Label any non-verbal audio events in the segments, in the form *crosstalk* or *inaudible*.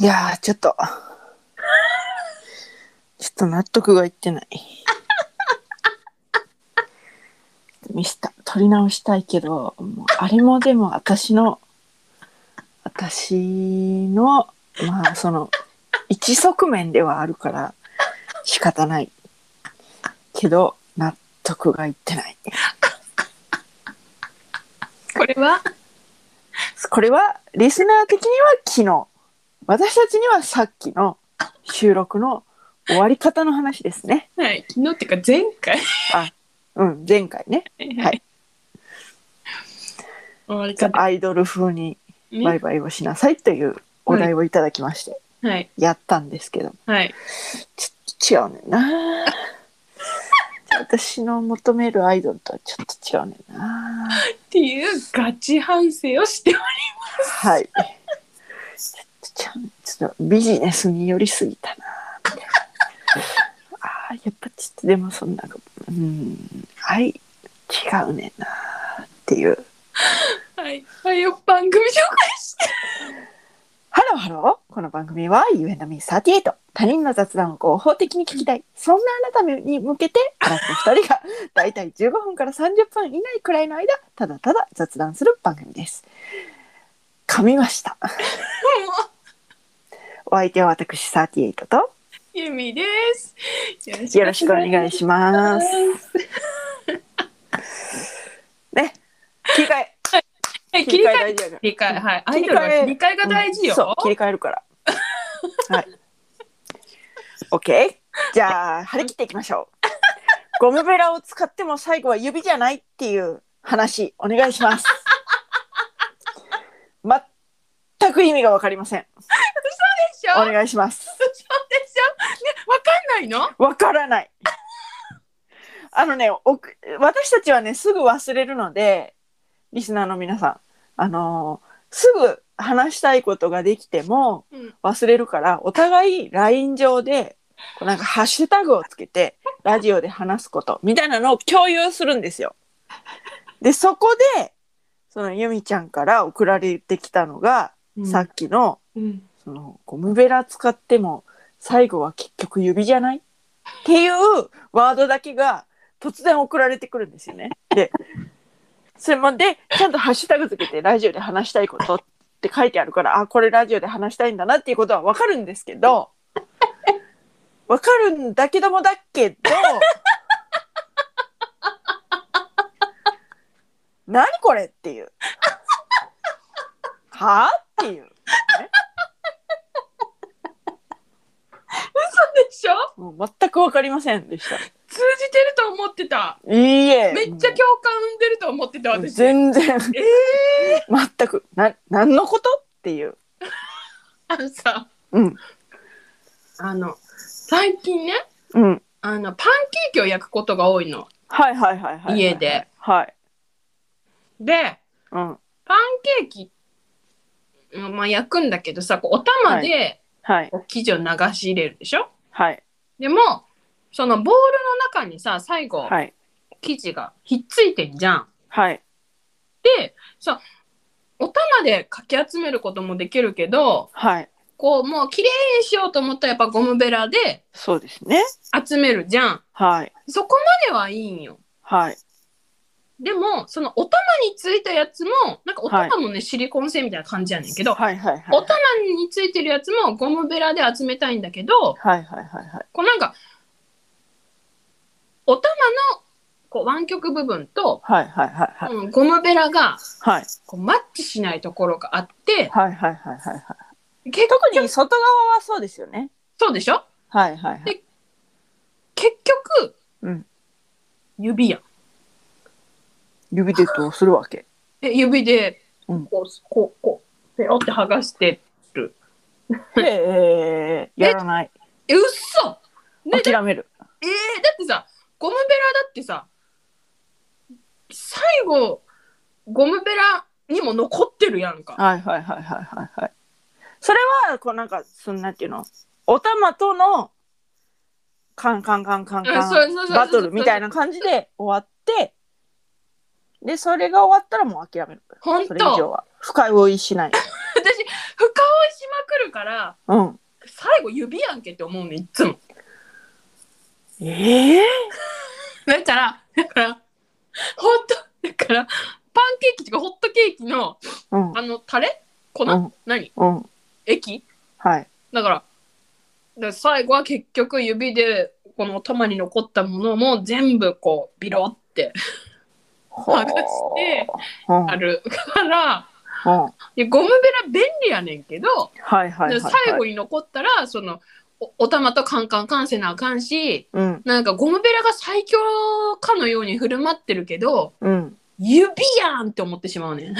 いやー、ちょっと。ちょっと納得がいってない。見した、撮り直したいけど、もうあれもでも私の、私の、まあその、一側面ではあるから仕方ない。けど、納得がいってない。これはこれはリスナー的には昨日私たちにはさっきの収録の終わり方の話ですね。はい昨日っていうか前回うん、前回ねはい終わり方アイドル風にねバイバイをしなさいというお題をいただきましてはいやったんですけどはい違うねんな私の求めるアイドルとはちょっと違うねんなっていうガチ反省をしておりはいちょっとちゃんちょっとビジネスに寄りすぎたなみたいなあーやっぱちょっとでもそんなうんはい違うねんなっていうはいはいよ番組紹介してハローハロー。この番組は You and me38。他人の雑談を合法的に聞きたい。そんなあなたに向けて、あなた2人がだいたい15分から30分以内くらいの間、ただただ雑談する番組です。噛みました。もお相手は私38とうゆみですよろよろしくお願いします。すね。切り替え。はい切り替え大事やから切り替えはいア切イりド替えルは切り替えが大事うんそよう、切り替える *laughs* から。はい。OK? じゃあ、張り切っていきましょう。ゴムベラを使っても最後は指じゃないっていう話、お願いし *laughs* ます。全く意味がわかりません。でしおょ願いします。そうでしょねわかんないのわからない。あのね、おく私たちはね、すぐ忘れるので、リスナーの皆さん、あのーすぐ話したいことができてもうん忘れるから、お互い LINE 上で、こうなんかハッシュタグをつけて、ラジオで話すことみたいなのを共有するんですよ。で、そこで、そのゆみちゃんから送られてきたのが、さっきの、うんそのゴムベラ使っても最後は結局指じゃないっていうワードだけが突然送られてくるんですよね。でそれまでちゃんとハッシュタグつけてラジオで話したいことって書いてあるからあこれラジオで話したいんだなっていうことは分かるんですけど分かるんだけどもだけど何これっていう。はあっていう。そうでしょもう全く分かりませんでした。通じてると思ってたいいえ。めっちゃ共感生んでると思ってたもう私全然、え全く、な、何のことっていう。ー、あのさうん、あの最近ねうん。あのパンケーキを焼くことが多いのはいはいはいはい。家。で。はい。でうん。パンケーキ、うんまあ、焼くんだけどさこうお玉ではい。こう生地を流し入れるでしょ、はい。でもそのボウルの中にさ最後はい。生地がひっついてんじゃん。はい。でさお玉でかき集めることもできるけどはい。こうもう綺麗にしようと思ったらやっぱゴムベラでそうですね。集めるじゃん。はい。そこまではいいんよ。はい。でもそのお玉についたやつもなんかお玉もね、シリコン製みたいな感じやねんけど、はいはいはい。お玉についてるやつもゴムベラで集めたいんだけはどいはいはいはい。こうなんかお玉のこう湾曲部分と、はいはいはいはい。うんゴムベラがはい。こうマッチしないところがあってはいはいはいはいはい。結特に外側はそうですよね。そうでしょはいはいはい。結局、うん指やん指でどうするわけ。え指でこう,、うんこうこうペロって剥がしてええ、やらない。えうっそね諦める。えー、だってさゴムベラだってさ最後ゴムベラにも残ってるやんかはいはいはいはいはいはい。それはこうなんかそんなんていうのお玉とのカンカンカンカンうんカそうンそうそうバトルみたいな感じで終わってでそれが終わったらもう諦める本そ当れ以上私は深追いしない深追いしまくるから、うん。最後指やんけって思うね、いっつも。ええだから、だから、ホット、だから、パンケーキとかホットケーキの、うん。あの、タレ粉、うん何うん。液はい。だから、だから最後は結局指で、この頭に残ったものも全部こう、ビロって剥がしてうん。あるから、うん。でゴムベラ便利やねんけど、はいはいはい、はい。で最後に残ったら、その、おお玉とカンカンカンせなあかんし、うん。なんかゴムベラが最強かのように振る舞ってるけど、うん。指やんって思ってしまうね。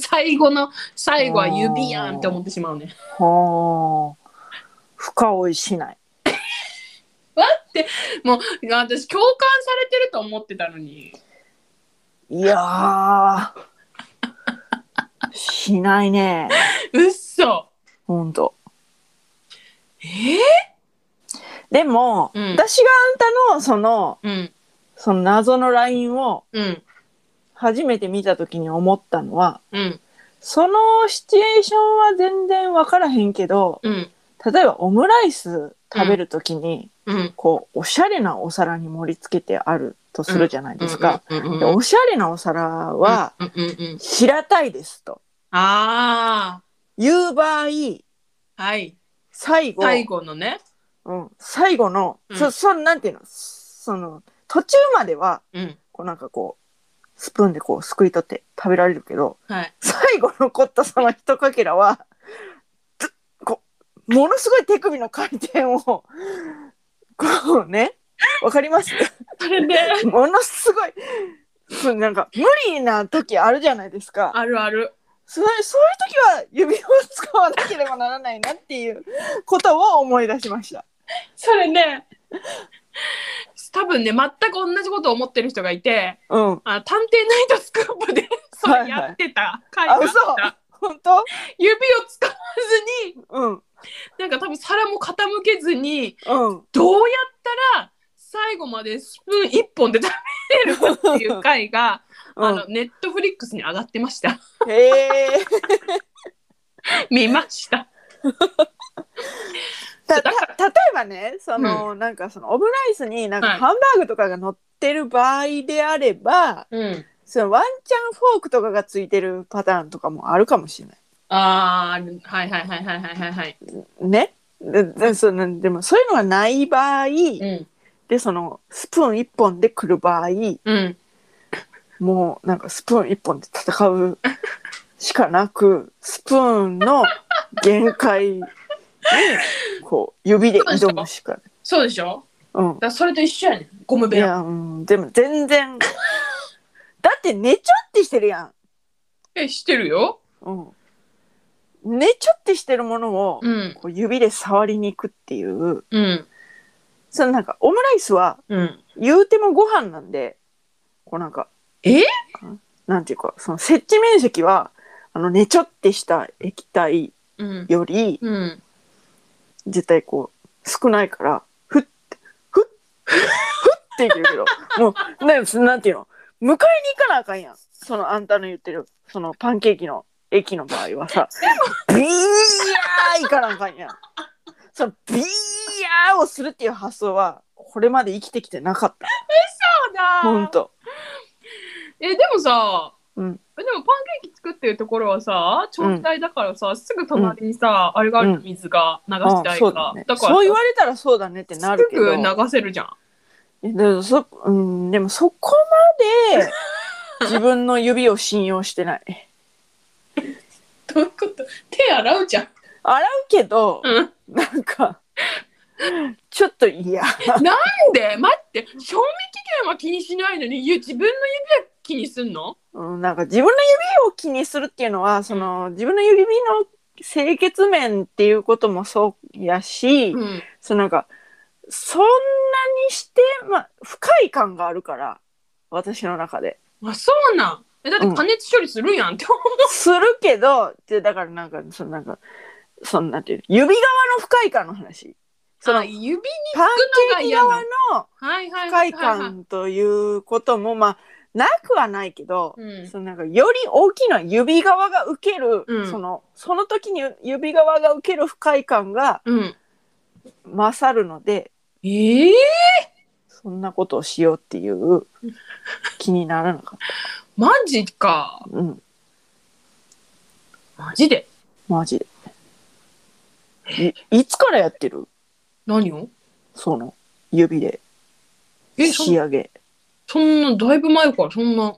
最後の最後は指やんって思ってしまうね。はあ。深追いしない。いや私共感されてると思ってたのに。いやー。しないね。うっそ。ほんと。えでも、うん私があんたのその、うんその謎のラインをうん初めて見た時に思ったのは、うんそのシチュエーションは全然わからへんけど、うん例えばオムライス食べる時に、うん。こう、おしゃれなお皿に盛り付けてあるとするじゃないですか。うんうんうんでおしゃれなお皿は、うんうんうん。平たいですと。あ言う場合、あはい。最後、最後のね。うん、最後の、うそ、んその、なんていうの、その、途中までは、うんこうなんかこう、スプーンでこう、すくい取って食べられるけど、はい。最後残ったその一かけらは、ずこう、ものすごい手首の回転を、こうね、わかり *laughs* ますそれでものすごい、そうなんか、無理な時あるじゃないですか。あるある。それそういう時は指を使わなければならないなっていうことを思い出しました。それね。多分ね全く同じことを思ってる人がいて、うん。あ探偵ナイトスクープで *laughs* それやってた回がああ、った。嘘本当指を使わずにうん。なんか多分皿も傾けずにうん。どうやったら最後までスプーン1本で食べれるかって *laughs* いう回が、あのネットフリックスに上がってましたうん、へ *laughs* え。見ましたた、た、例えばね、その、なんかそのオムライスになんかはいハンバーグとかが乗ってる場合であれば、うんそのワンチャンフォークとかがついてるパターンとかもあるかもしれない。あーはいはいはいはいはいはいはいね。ででそのでもそういうのがない場合、うんでそのスプーン一本で来る場合、うんもうなんかスプーン一本で戦うしかなく、スプーンの限界に、こう、指で挑むしか。そうでしょうん。だからそれと一緒やねんゴムいベラや、うん、でも全然。だって寝ちょってしてるやん。えしてるようん。寝ちょってしてるものを、うんこう指で触りに行くっていう、うんそのなんかオムライスはうん言うてもご飯なんで、こうなんか、えなんていうか、その設置面積は、あの、寝ちょってした液体うんより、うん絶対こう少ないからふってふっふっていけるけど *laughs* もうなんなんていうの迎えに行かなあかんやんそのあんたの言ってるそのパンケーキの駅の場合はさビーヤー行かなあかんやんそのビーヤーをするっていう発想はこれまで生きてきてなかったそうだほんとえでもさ、うんでもパンケーキ作ってるところはさ調剤だからさ、すぐ隣にさ、あれがあるの水が流あしてあるそうから、だ,、ね、だからそう言われたらそうだねってなるけどすぐ流せるじゃんえでもそ,、うん、でもそこま *laughs* で自分の指を信用してないどういうこと手洗うじゃん、洗うけど、うん、なんなんか、ちょっと嫌。で待って賞味期限は気にしないのにゆ自分の指は気にすんのうん、なんか自分の指を気にするっていうのは、その自分の指の清潔面っていうこともそうやし、うんそのなんか、そんなにして、まあ、不快感があるから、私の中で。あそうなんえだってうん加熱処理するやんって思するけど、で、だからなんか、そのなんか、そんなんていう、指側の不快感の話。うそのあ、指パンケーキ側はいはい不快はいはい感ということも、まあ、なくはないけど、うんそのなんかより大きな指側が受ける、うんそのその時に指側が受ける不快感がうん。勝るのでええそんなことをしようって *laughs* いう気にならなかっマジか。た。うんマジでマジで。いいつからやってる何をその指でえ、そ仕上げ。そんな、だいぶ前からそんな。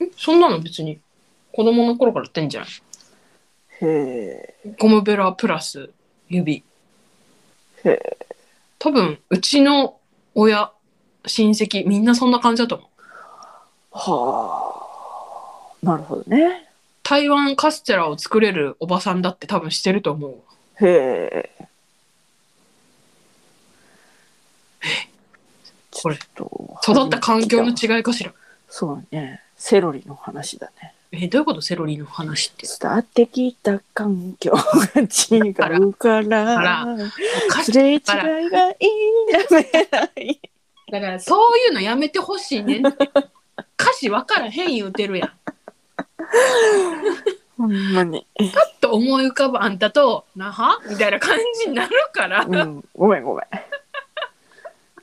え、そんなの別に子供の頃からやってんじゃないへえ。ゴムベラプラス指。へえ多分、うちの親、親戚、みんなそんな感じだと思う。はあ。なるほどね。台湾カステラを作れるおばさんだって多分してると思うわ。へえ。これ、ちょと育った環境の違いかしら。そうね。セロリの話だね。え、どういうことセロリの話って。伝ってきた環境が違うから、からすれ違いがいめない。だから、そういうのやめてほしいねんって。歌詞わからへん言うてるやん。ほんまに。と思い浮かぶあんたと、なはみたいな感じになるから。うん、ごめんごめん。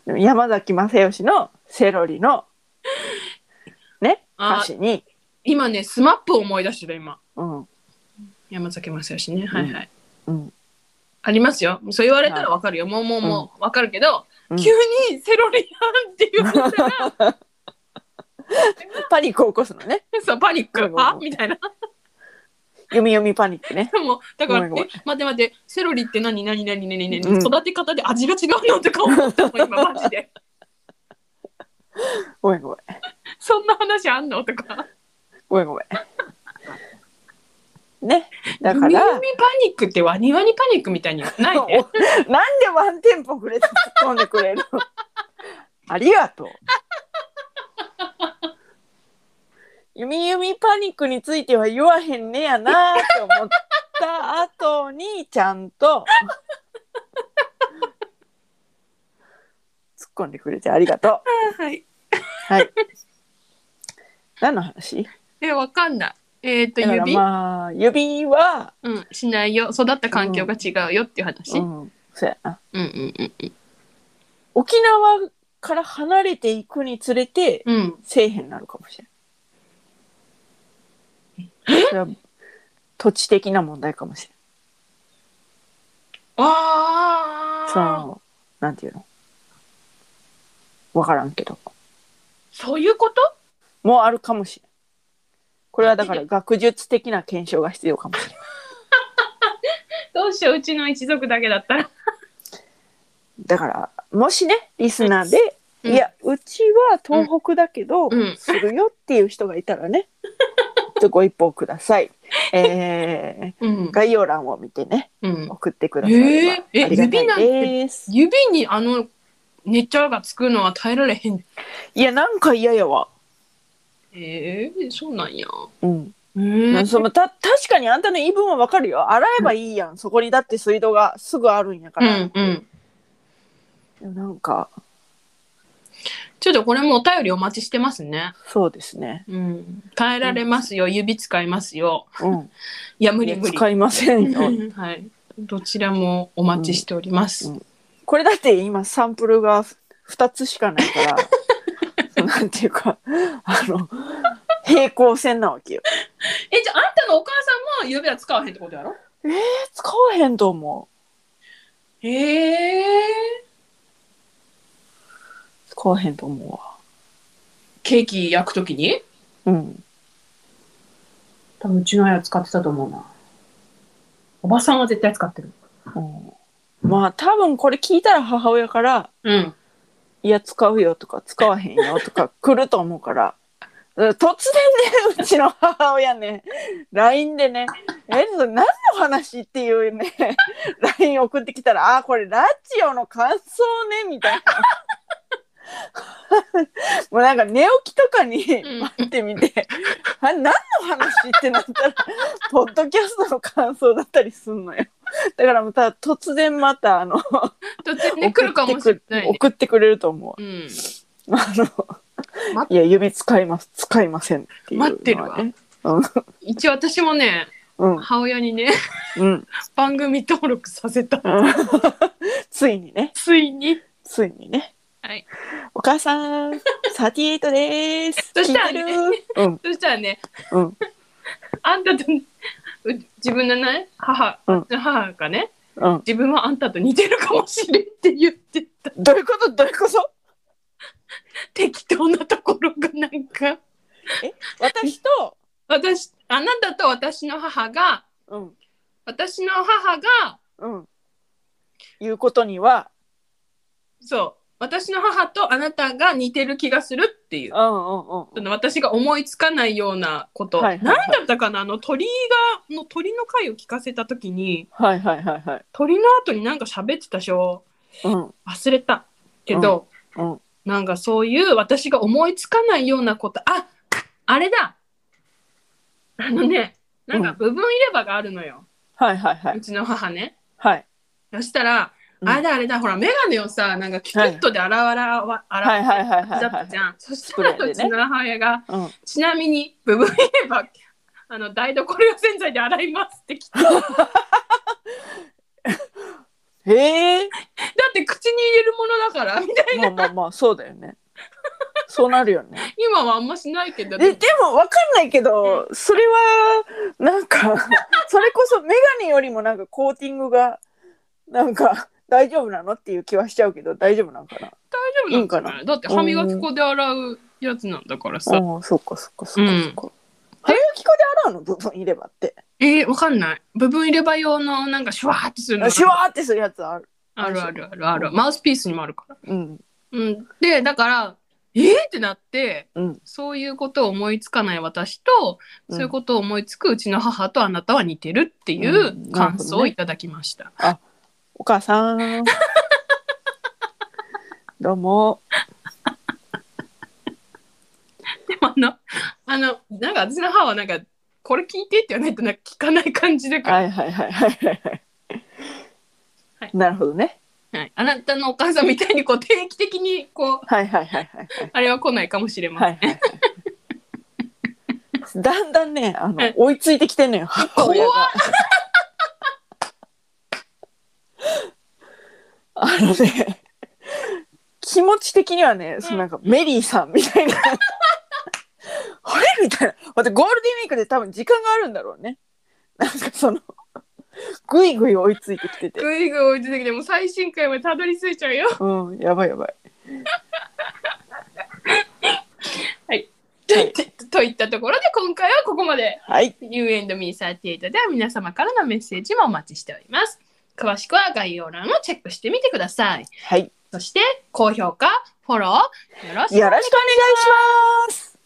でも山崎正義のセロリのね、あ歌詞に、今ね、スマップを思い出してた、今。うん、山崎まさよしね。はいはい。うん、ありますよ。そう言われたらわかるよ。もうもうもうわかるけうど、ん急にセロリなんて言われたら、パニックを起こすのね。 *laughs* そうパニック、うんはみたいな。読み読みパニックね。もう、だから、えごめんごめん待って待って、セロリって何何何何何うん何育て方で味が違うのとか思ったもん、今、マ *laughs* ジで。ごめんごめん。そんな話あんのとか。ごめんごめん。ね、だかユミユら。ミパニックってワニワニパニックみたいにはないね。 *laughs* おなんでワンテンポくれて突っ込んでく *laughs* れるのありがとう。弓弓パニックについては言わへんねやなと思った後にちゃんと突っ込んでくれてありがとう。はい。はい。何の話え、わかんない。えっ、と、だから指、まあ指は、うん、しないよ。育った環境が違うよっていう話。ううん、ん、そうやな。うん、うんうん。沖縄から離れていくにつれてうん。せえへんなるかもしれない。それは土地的な問題かもしれあない。そあ。のなんていうのわからんけどそういうこともうあるかもしれない。これはだから学術的な検証が必要かもしれない。どうしよう、うちの一族だけだったら。だからもしねリスナーで、うんいやうちは東北だけど、うん。するよっていう人がいたら *laughs* ねちょっとご一報ください。えうんー、。概要欄を見てねうん、送ってくだされば、えーえありがたいです。指にあの、ねっちゃらがつくのは耐えられへん。いやなんか嫌やわ。ええそうなんや。うん、うなんん。そのた確かにあんたの言い分はわかるよ洗えばいいやん、そこにだって水道がすぐあるんやかうら、ん、うん。なんかちょっとこれもお便りお待ちしてますね。そうですねうん。耐えられますよ。指使いますよ。うんいや、無い理や無理。使いませんよはい。どちらもお待ちしております。うんこれだって今サンプルが2つしかないから *laughs* なんていうかあの平行線なわけよえ、じゃあ、あんたのお母さんも指輪使わへんってことやろえ使わへんと思へえ。う使わへんと思うわケーキ焼くときにうん多分うちの親使ってたと思うな。おばさんは絶対使ってる。うんまあ多分これ聞いたら母親からうん。いや使うよとか使わへんよとか来ると思うからうん突然ねうちの母親ね LINE でね「え何の話?」っていうね *laughs* LINE 送ってきたら「あこれラジオの感想ね」みたいな。 *laughs* もうなんか寝起きとかにん待ってみて、 *laughs* あ何の話ってなったらポッドキャストの感想だったりすんのよだからまた突然またあの突然ね、来るかもしれない、ね。送ってくれると思ううん。あのまいや、指使います、使いませんっていうのはね、待ってるわうん。一応私もねうん。母親にねうん。 *laughs* 番組登録させたうんついにね、ついについにね。はいお母さん、38です。 *laughs* そしたら聞いてねるうん、そしたらねうん、あんたとう自分のね母、うん母がねうん。自分はあんたと似てるかもしれんって言ってたどういうことどういうこと適当なところがなんか私と、私あなたと私の母がうん、私の母がうん。いうことには、そう私の母とあなたが似てる気がするっていううんうんうんその私が思いつかないようなこと、はいはいはいなんだったかなあの鳥がの鳥の回を聞かせた時にはいはいはいはい。鳥の後になんか喋ってたでしょうん忘れたけど、うん。なんかそういう私が思いつかないようなことああれだあのねなんかうん部分入れ歯があるのよ、はいはいはうい。ちの母ねはい。そしたら、うんあれだあれだほら眼鏡をさなんかキュッとで洗わらわ洗わはいはいはいはいだっはたじい。ゃん、そしたらスプレーうでちねの母親がうん。 「ちなみに部分入れ歯あの台所用洗剤で洗います」っ *laughs* て来てだへえ。って口に入れるものだからみたいまなあまあまあ、そうだよね。そうなるよね。今はあんましないけどえでもわかんないけどそれはなん *laughs* かそれこそメガネよりもなんかコーティングがなんか大丈夫なのっていう気はしちゃうけど大丈夫なんかな大丈夫なんかいいんなだって歯磨き粉で洗うやつなんだからさ、ああそっかそっかそっかそっか、歯磨き粉で洗うの部分入れ歯ってえー、わかんない部分入れ歯用のなんかシュワーってするのシュワーってするやつあるあるあるあるあるマウスピースにもあるから、うんうん、でだからえー、ってなってうんそういうことを思いつかない私と、うんそういうことを思いつくうちの母とあなたは似てるっていううん感なる想ほどをねいただきました。お母さんどうもでもあの、 *laughs* あの、なんか私の母はなんか、これ聞いてって言わないとなんか聞かない感じだから、ははいはいはいはいはいはいはいなるほどねいあなたのお母さんみたいにこう定期的にこう、はいはいはいはいはいあれは来ないかもしれません。はいはいはい。 *laughs* だんだんね、あの、はい追いついてきてんのよ、母親が。 *laughs* あのね、気持ち的にはね、そのなんかメリーさんみたいな。 *laughs* あれみたいな。またゴールデンウィークで多分時間があるんだろうね。なんかその、ぐいぐい追いついてきてて。ぐいぐい追いついてきてもう最新回までたどり着いちゃうよ。うん、やばいやばい。といったといったところで今回はここまで。はい。 U&Me38 では皆様からのメッセージもお待ちしております。詳しくは概要欄をチェックしてみてください。はい。そして、高評価、フォロー、よろしく。よろしくお願いします。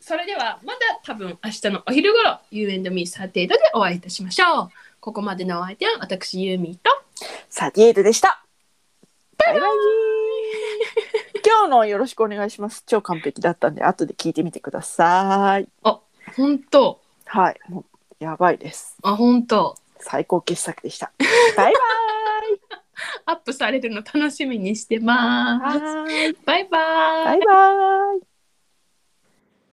それでは、まだ多分明日のお昼頃、U&Me38 でお会いいたしましょう。ここまでのお相手は私、ユーミーと、サディエイトでした。バイバイ。今日のよろしくお願いします。超完璧だったんで、後で聞いてみてください。本当、はい、もうやばいです。あ、本当、最高傑作でした。バイアップされるの楽しみにしてま *laughs* バす。イ。バイバイ。バイバイ。